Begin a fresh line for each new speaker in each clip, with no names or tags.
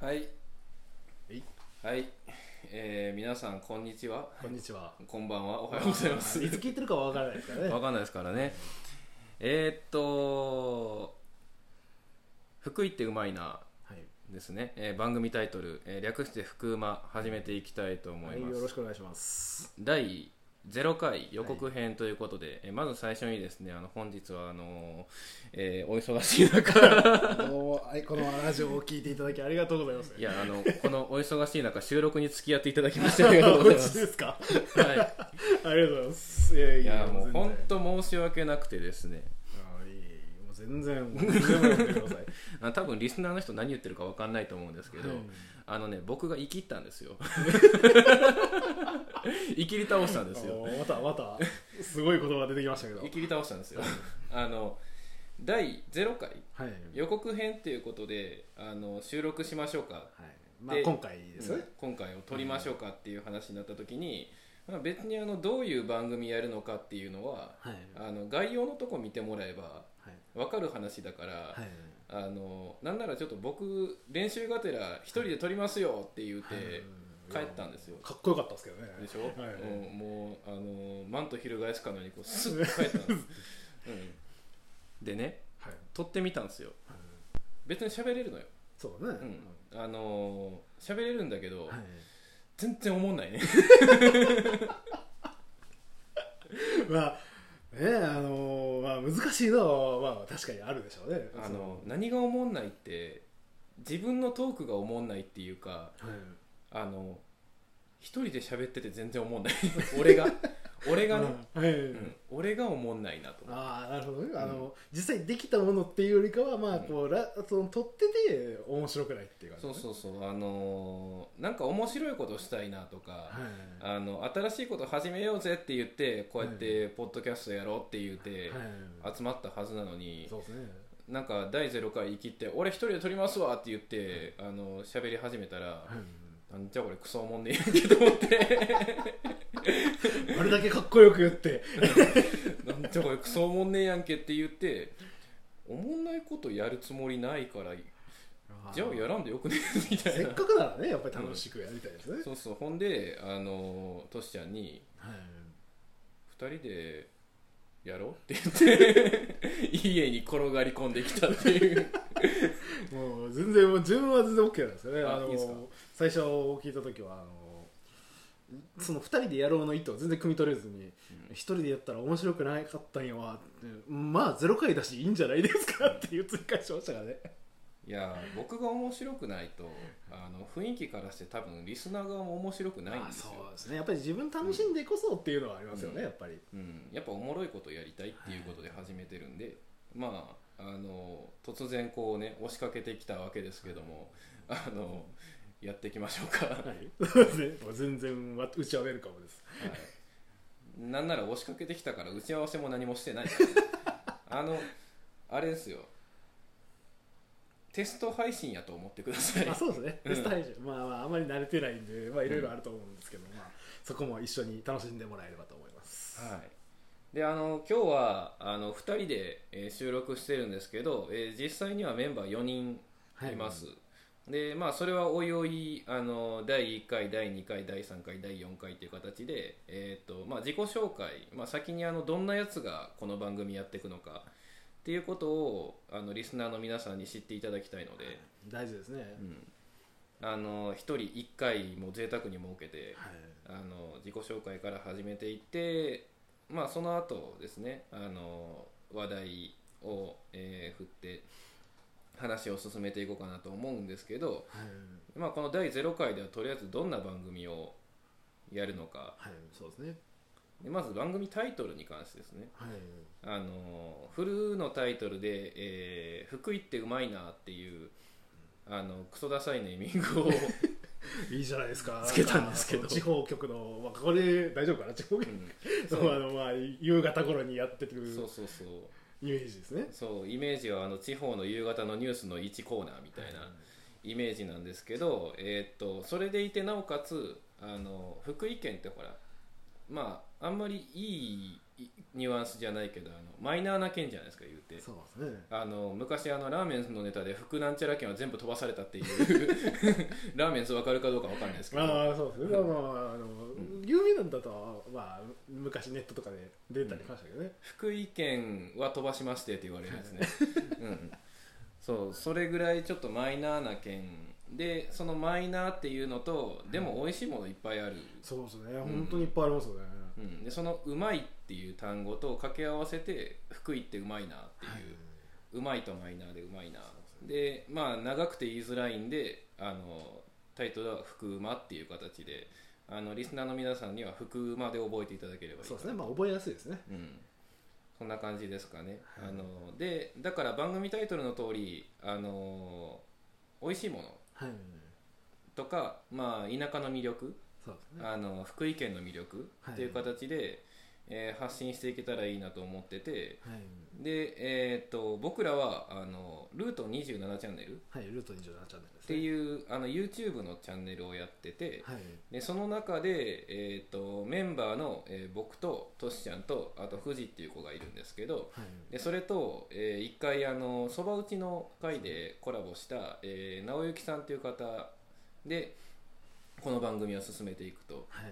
はい
はい
はい、えー、皆さんこんにちは
こんにちは。
こんばんはおはようございます
いつ聞いてるかはわからないですから
わ
ね。
かんないですからねえー、っと福井ってうまいな
はい。
ですね、えー番組タイトル、えー略して福馬始めていきたいと思
はいい、
ます、
よろしくお願いします。
第0回予告編ということで、えーまず最初にですねあの本日はあのーえーお忙しい 中
どうも、はい、このラジオを聞いていただきありがとうございます。
いやあのこのお忙しい中収録に付き合っていただきま してありがとうございます、
ですか。
は
ありがとうございます。いや
い、いやもう
全然
本当申し訳なくてですね
あいえいえもう全然、もう全然やめてください。
あ多分リスナーの人何言ってるか分かんないと思うんですけど、
はい
あのね僕が生きったんですよ 生きり倒したんですよ
あのまた、また、すごい言葉が出てきましたけど。
生きり倒したんですよあの第0回
はい。
予告編っていうことであの収録しましょうか、
はい。まあ、
で
今回です
うん
ね。
今回を撮りましょうかっていう話になった時に、まあ、別にあのどういう番組やるのかっていうのは
はい。
あの概要のとこ見てもらえば
はい。
分かる話だから、
はい。
あのなんならちょっと僕練習がてら一人で撮りますよって言って、帰ったんですよ
かっこよかったですけどね。
でしょ、
はい。
うん、もうあのマント翻すかのようにこうスッと帰ったんです、うん、でね
はい。
撮ってみたんですよ別に喋れるのよ、
そうだね。
うん、あの喋れるんだけど、
はい。
全然思んないね
まあねあのまあ難しいのはまあ確かに あるでしょうね
あの何が思んないって自分のトークが思んないっていうか
そのはい
あの一人で喋ってて全然思んない 俺が俺がね、
まあはい
うん、俺が思んないなと思う
ああなるほどねあの、実際できたものっていうよりかはまあこう、らその撮ってて面白くないっていう感じ、
そ
ね、
うそうそうあのなんか面白いことしたいなとか、
はい
あの新しいこと始めようぜって言ってこうやってポッドキャストやろうって言って
はい
集まったはずなのに、
そうですね
なんか第0回生きって「俺一人で撮りますわ」って言って、あの喋り始めたら、
はい
なんじゃこれクソおもんねえやんけと思って
あれだけかっこよく言って
なんじゃこれクソおもんねえやんけって言っておもんないことやるつもりないからじゃあやらんでよくねみたい
せっ
な
かくならねやっぱり楽しくやりたいですね、
そうそうほんであのトシちゃんに
はい
二人でやろうって言って家に転がり込んできたっていう
もう全然もう自分は全然 OK なんですよね
あ
あの
いいですか
最初聞いた時はあのその2人でやろうの意図を全然汲み取れずに、一1人でやったら面白くなかったんやわってまあゼロ回だしいいんじゃないですかっていう追加しましたからね
いや僕が面白くないとあの雰囲気からして多分リスナー側も面白くないん
あ
です
そ
よ、
うですねやっぱり自分楽しんでこそっていうのはありますよね、
うん
やっぱり
うん、やっぱおもろいことやりたいっていうことで始めてるんで、まああの突然こうね押しかけてきたわけですけどもあのやっていきましょうか、は
はいいそうです ねもう全然打ち合わせるかもです
なんなら押しかけてきたから打ち合わせも何もしてないから、あのあれですよテスト配信やと思ってください
あそうですね、
うん
テスト配信まあまああまり慣れてないんでまあいろいろあると思うんですけど、まあ、そこも一緒に楽しんでもらえればと思います、
はい、であの今日はあの2人で、えー収録してるんですけど、えー実際にはメンバー4人います、でまあそれはおいおいあの第1回第2回第3回第4回という形で、えーとまあ、自己紹介、まあ、先にあのどんなやつがこの番組やっていくのかっていうことをあのリスナーの皆さんに知っていただきたいので、
大事ですね、
うん、あの1人1回も贅沢に設けて、
はい
あの自己紹介から始めていって、まあ、その後ですねあの話題を、えー振って話を進めていこうかなと思うんですけど、
はい
まあ、この第0回ではとりあえずどんな番組をやるのか
はいそうですね
でまず番組タイトルに関してですね
はい
あのフルのタイトルで「えー福井ってうまいな」っていうあのクソダサいネーミングを、
いいじゃないですか
つけたんですけど
あの地方局の、まあ、これ大丈夫かな地方
う
局
ん
そ
そう
あ
う
の、まあ、夕方頃にやってくる
そうそうそう
イメージですね
そうイメージはあの地方の夕方のニュースの1コーナーみたいなイメージなんですけど、えーっとそれでいてなおかつあの福井県ってほらまああんまりいいニュアンスじゃないけどあのマイナーな件じゃないですか言うて
そうですね
あの昔あのラーメンズのネタで福なんちゃら県は全部飛ばされたっていう ラーメンズ分かるかどうか分かんないですけど
まあそうですね、まあまああの、有名なんだとは、まあ、昔ネットとかで出たりしましたけどね、
福井県は飛ばしましてって言われるんですね、うん、そうそれぐらいちょっとマイナーな県でそのマイナーっていうのとでも美味しいものいっぱいある、
そうですね本当にいっぱいありますよね、
うん、でその「うまい」っていう単語と掛け合わせて福井ってうまいなっていう、うまいとマイナーでうまいなでまあ長くて言いづらいんであのタイトルは「福うま」っていう形であのリスナーの皆さんには「福うま」で覚えていただければいいか
そ
な
うですねまあ覚えやすいですね
うん、そんな感じですかね、
はい
あのでだから番組タイトルの通りあの美味しいもの
はい
とか、まあ、田舎の魅力、
そうですね
あの福井県の魅力
はい
っていう形で、えー発信していけたらいいなと思ってて
はい
で、えー、と僕らはあのルート27チャンネルっ
はいルート27チャンネルです
て
ね
いう、あの YouTube のチャンネルをやってて、
はい
でその中で、えー、とメンバーの、えー僕とトシちゃんとあと藤っていう子がいるんですけど
はい
でそれと、えー一回あのそば打ちの会でコラボした、えー直行さんという方でこの番組を進めていくと
はい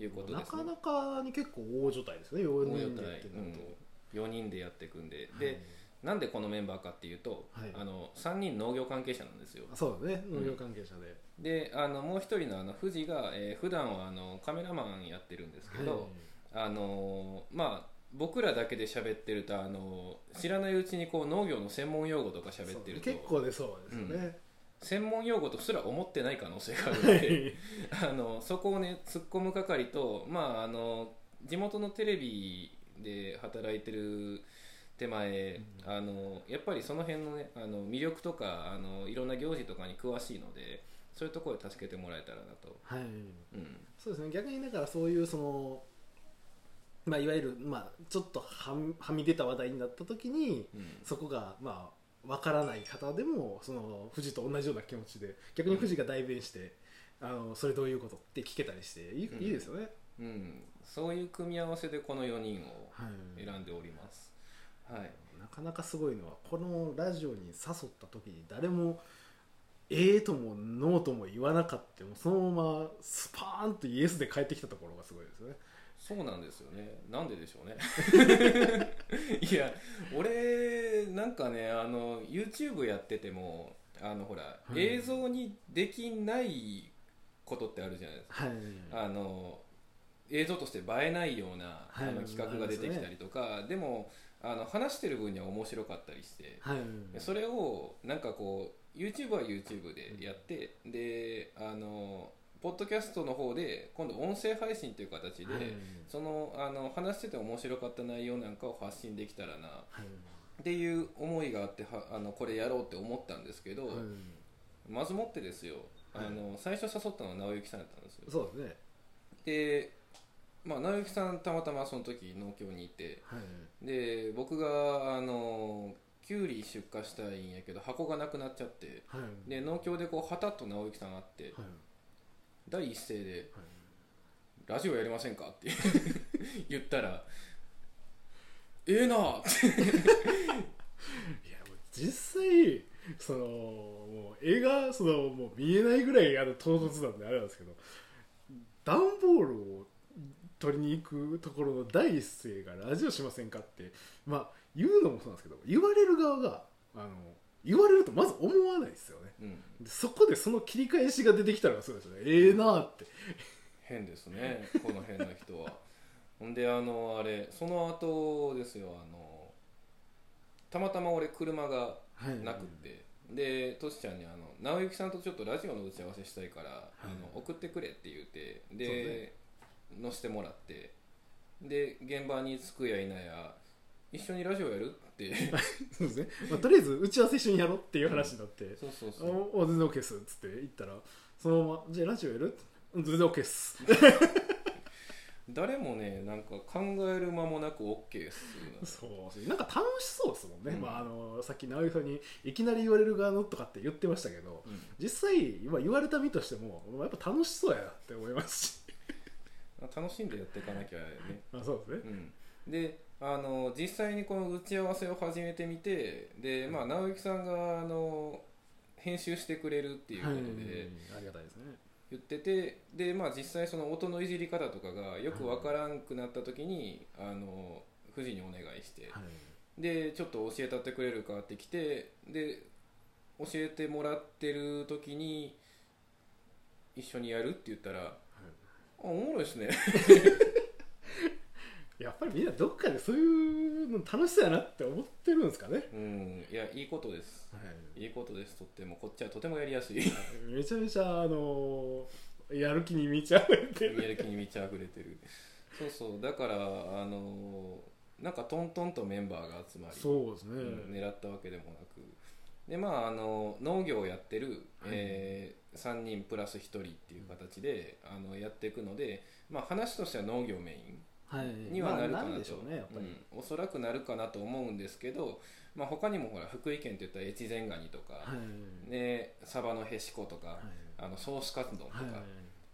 いうことです、ね、
なかなかに結構大所帯ですね4人でやってるのと、
4人でやっていくんで、
はい
でなんでこのメンバーかっていうと、
はい
あの3人農業関係者なんですよ
あそうだね
ん
農業関係者で、
であのもう一人のあの藤が、えー普段はあのカメラマンやってるんですけど、あのーまあ僕らだけで喋ってると、あのー知らないうちにこう農業の専門用語とか喋ってると
そう結構でそうですよね、
専門用語とすら思ってない可能性があるの
は
で
い
あのそこをね突っ込む係と、まあ、あの地元のテレビで働いてる手前、あのやっぱりその辺のねあの魅力とかあのいろんな行事とかに詳しいのでそういうところで助けてもらえたらなと、
はい
うん、
そうですね逆にだからそういうそのまあいわゆるまあちょっとはみはみ出た話題になった時に
うん
そこがまあわからない方でもその富士と同じような気持ちで逆に富士が代弁して、あのそれどういうことって聞けたりしていい,、
うん
いいですよね、
うん、そういう組み合わせでこの4人を
はい
選んでおります、はい、
なかなかすごいのはこのラジオに誘った時に誰もええともノーとも言わなかったもうそのままスパーンとイエスで帰ってきたところがすごいですね
そうなんですよねなんででしょうね いや俺なんかねあの YouTube やっててもあのほら、
い
映像にできないことってあるじゃないです
はい
かあの映像として映えないような、
はい
あの企画が出てきたりとかで,、もあの話してる分には面白かったりして、
はい
それをなんかこう YouTube は YouTube でやって、であのポッドキャストの方で今度音声配信という形で、
はい
そのあの話してて面白かった内容なんかを発信できたらなっ
はい
ていう思いがあってはあのこれやろうって思ったんですけど、
はい
まずもってですよあ
はい
の、最初誘ったのは直行さんだったんですよ
そうですね
で、まあ、直行さんたまたまその時農協にいて
はい
で僕があのキュウリ出荷したいんやけど箱がなくなっちゃって
はい
で農協でこうはたっと直行さんがあって
はい
第一声で
はい
ラジオやりませんか?」って 言ったら「ええな!」って
いやもう実際そのもう絵がそのもう見えないぐらいあの唐突なんであれなんですけど段ボールを取りに行くところの第一声が「ラジオしませんか?」ってまあ言うのもそうなんですけど言われる側があの言われるとまず思わないですよね
うん、
でそこでその切り返しが出てきたのがそうですよねええなあって
変ですねこの辺の人はほんであのあれその後ですよあのたまたま俺車が
はい
なくって、でトシちゃんにあの「直行さんとちょっとラジオの打ち合わせしたいから、あの送ってくれ」って言ってで乗せてもらってで現場に着くやいなや「一緒にラジオやる?」って
そうですね、まあ、とりあえず打ち合わせ一緒にやろうっていう話になって、
そうそうそう
おお全然 OK ですっつって言ったらそのまま「じゃあラジオやる?」うん全然 OK っす
誰もねなんか考える間もなく OK っす
そうなんか楽しそうですもんね、
うん
まあ、あのさっき直江さんにいきなり言われる側のとかって言ってましたけど
うん
実際今言われた身としてもやっぱ楽しそうやなって思いますし
楽しんでやっていかなきゃね、
あそうですね
うん、であの実際にこの打ち合わせを始めてみてで、まあ、直之さんがあの編集してくれるっていうことで、
ありがたいですね
言っててで、まあ、実際その音のいじり方とかがよくわからんくなった時に、あの富士にお願いして、
はい
でちょっと教えたってくれるかって来てで教えてもらってる時に一緒にやるって言ったら、あおもろいですね
やっぱりみんなどっかでそういうの楽しそうやなって思ってるんですかね、
うんいやいいことですいいことですとってもこっちはとてもやりやすいや
めちゃめちゃあのーやる気に満ち溢れてる
る気に満ち溢れてるそうそうだからあのなんかトントンとメンバーが集まり
そうですね、
うん狙ったわけでもなくでまああの農業をやってる、え3人プラス1人っていう形で、あのやっていくので、まあ、話としては農業メイ
はい
ンにはなるかな
まあ
と、
でしょうねやっぱり、
うんおそらくなるかなと思うんですけど、まあ、他にもほら福井県っていったら越前ガニとか、
はい
ね、サバのへしことか、あのソースカツ丼とか、
はいはい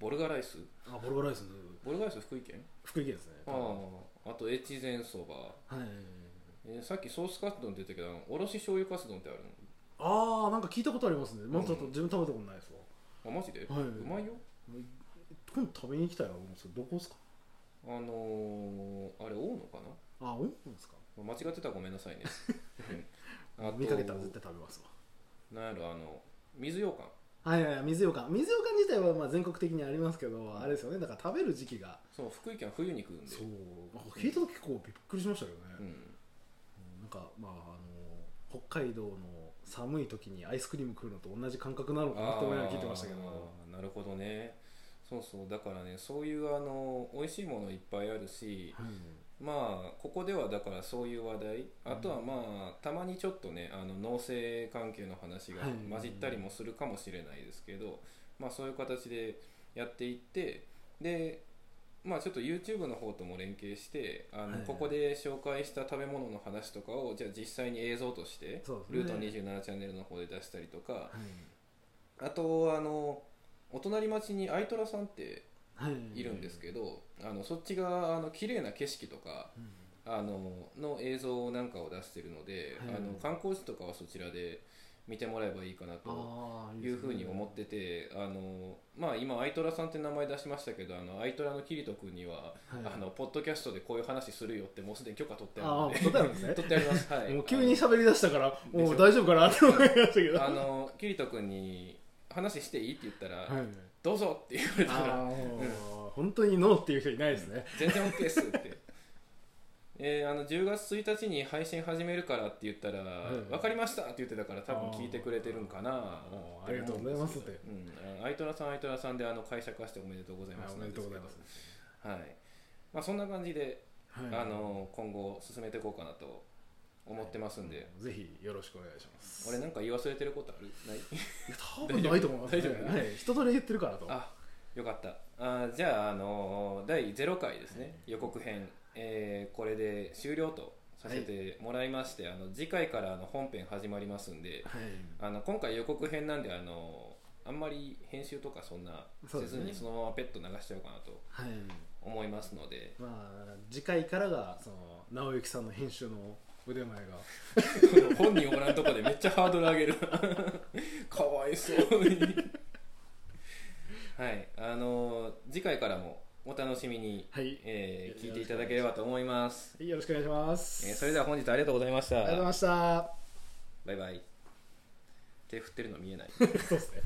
ボルガライス
あボロボロですね
ボルガライス福井県
福井県ですね
あああと越前そば、
はい
えーさっきソースカツ丼って言ったけどあのおろし醤油カツ丼ってあるの
ああなんか聞いたことありますねまだちょっと自分食べたことないですわ、
あマジで、
はいう
まいよ
今度食べに行きたいな思うんですよどこですか
あのー、あれ大野か
あ思うんですか
な間違ってたらごめんなさ いねうん
見かけたら絶対食べますわ
なんやろあの水羊羹
はいはいはい水ようかん水ようかん自体はまあ全国的にありますけどあれですよねだから食べる時期が
そう福井県は冬に食うんで
そうなんか聞いた時結構びっくりしましたけどね、
うん、
なんかまああの北海道の寒い時にアイスクリーム食うのと同じ感覚なのかなと思いながら聞いてましたけど
あーなるほどねそうそうだからねそういうあの美味しいものいっぱいあるし
はい
まあここではだからそういう話題あとはまあたまにちょっとねあの農政関係の話が
はい
混じったりもするかもしれないですけど、まあ、そういう形でやっていってでまあちょっと YouTube の方とも連携してあ
はい
のここで紹介した食べ物の話とかをじゃあ実際に映像として
そうですね
ルート27チャンネルの方で出したりとかあとあのお隣町にアイトラさんって
はい
いるんですけどあのそっちがあの綺麗な景色とか
うん
あのの映像なんかを出してるので、
はい
あの観光地とかはそちらで見てもらえばいいかなと
ああ
いうふうに思っててあの、まあ、今アイトラさんって名前出しましたけどあのアイトラのキリト君には、
はい
あのポッドキャストでこういう話するよってもうすでに許可取ってある
あ
の
あ
で
そうだよ ね
取ってあります、はい、
もう急に喋り出したから
あの
もう大丈夫かなって思いましたけど
あのあのキリト君に話していいって言ったら、
はい
どうぞって言われたら
ああ本当にノーっていう人いないですね
全然 OK っすって、 えーあの10月1日に配信始めるからって言ったら、
ん
分かりましたって言ってたから多分聞いてくれてるんかな
あーありがとうございます
って思うんですけど、うん、あのアイトラさんアイトラさんであの会社化しておめでとうございま
あ
す
おめでとうございます
はいまあ、そんな感じで、
はい
あの今後進めていこうかなと思ってますんで、
ぜひよろしくお願いします
俺なんか言い忘れてることあるない
いや多分ないと思いますね
大丈夫
はい人とれ言ってるからと
あよかったあーじゃあ、あのー第0回ですね、予告編、えーこれで終了とさせてもらいまして、あの次回からあの本編始まりますんで
はい
あの今回予告編なんで、あのーあんまり編集とかそんな
そ
せ
うです
ず
ね
にそのままペット流しちゃおうかなと
はい
思いますので
まあ次回からがその直之さんの編集の腕前が
本人おらんとこでめっちゃハードル上げる かわいそうにはいあのー次回からもお楽しみに、
はい
えー聞いていただければと思います
はいよろしくお願いします
えーそれでは本日ありがとうございました
ありが とうございました
バイバイ手振ってるの見えない
そうですね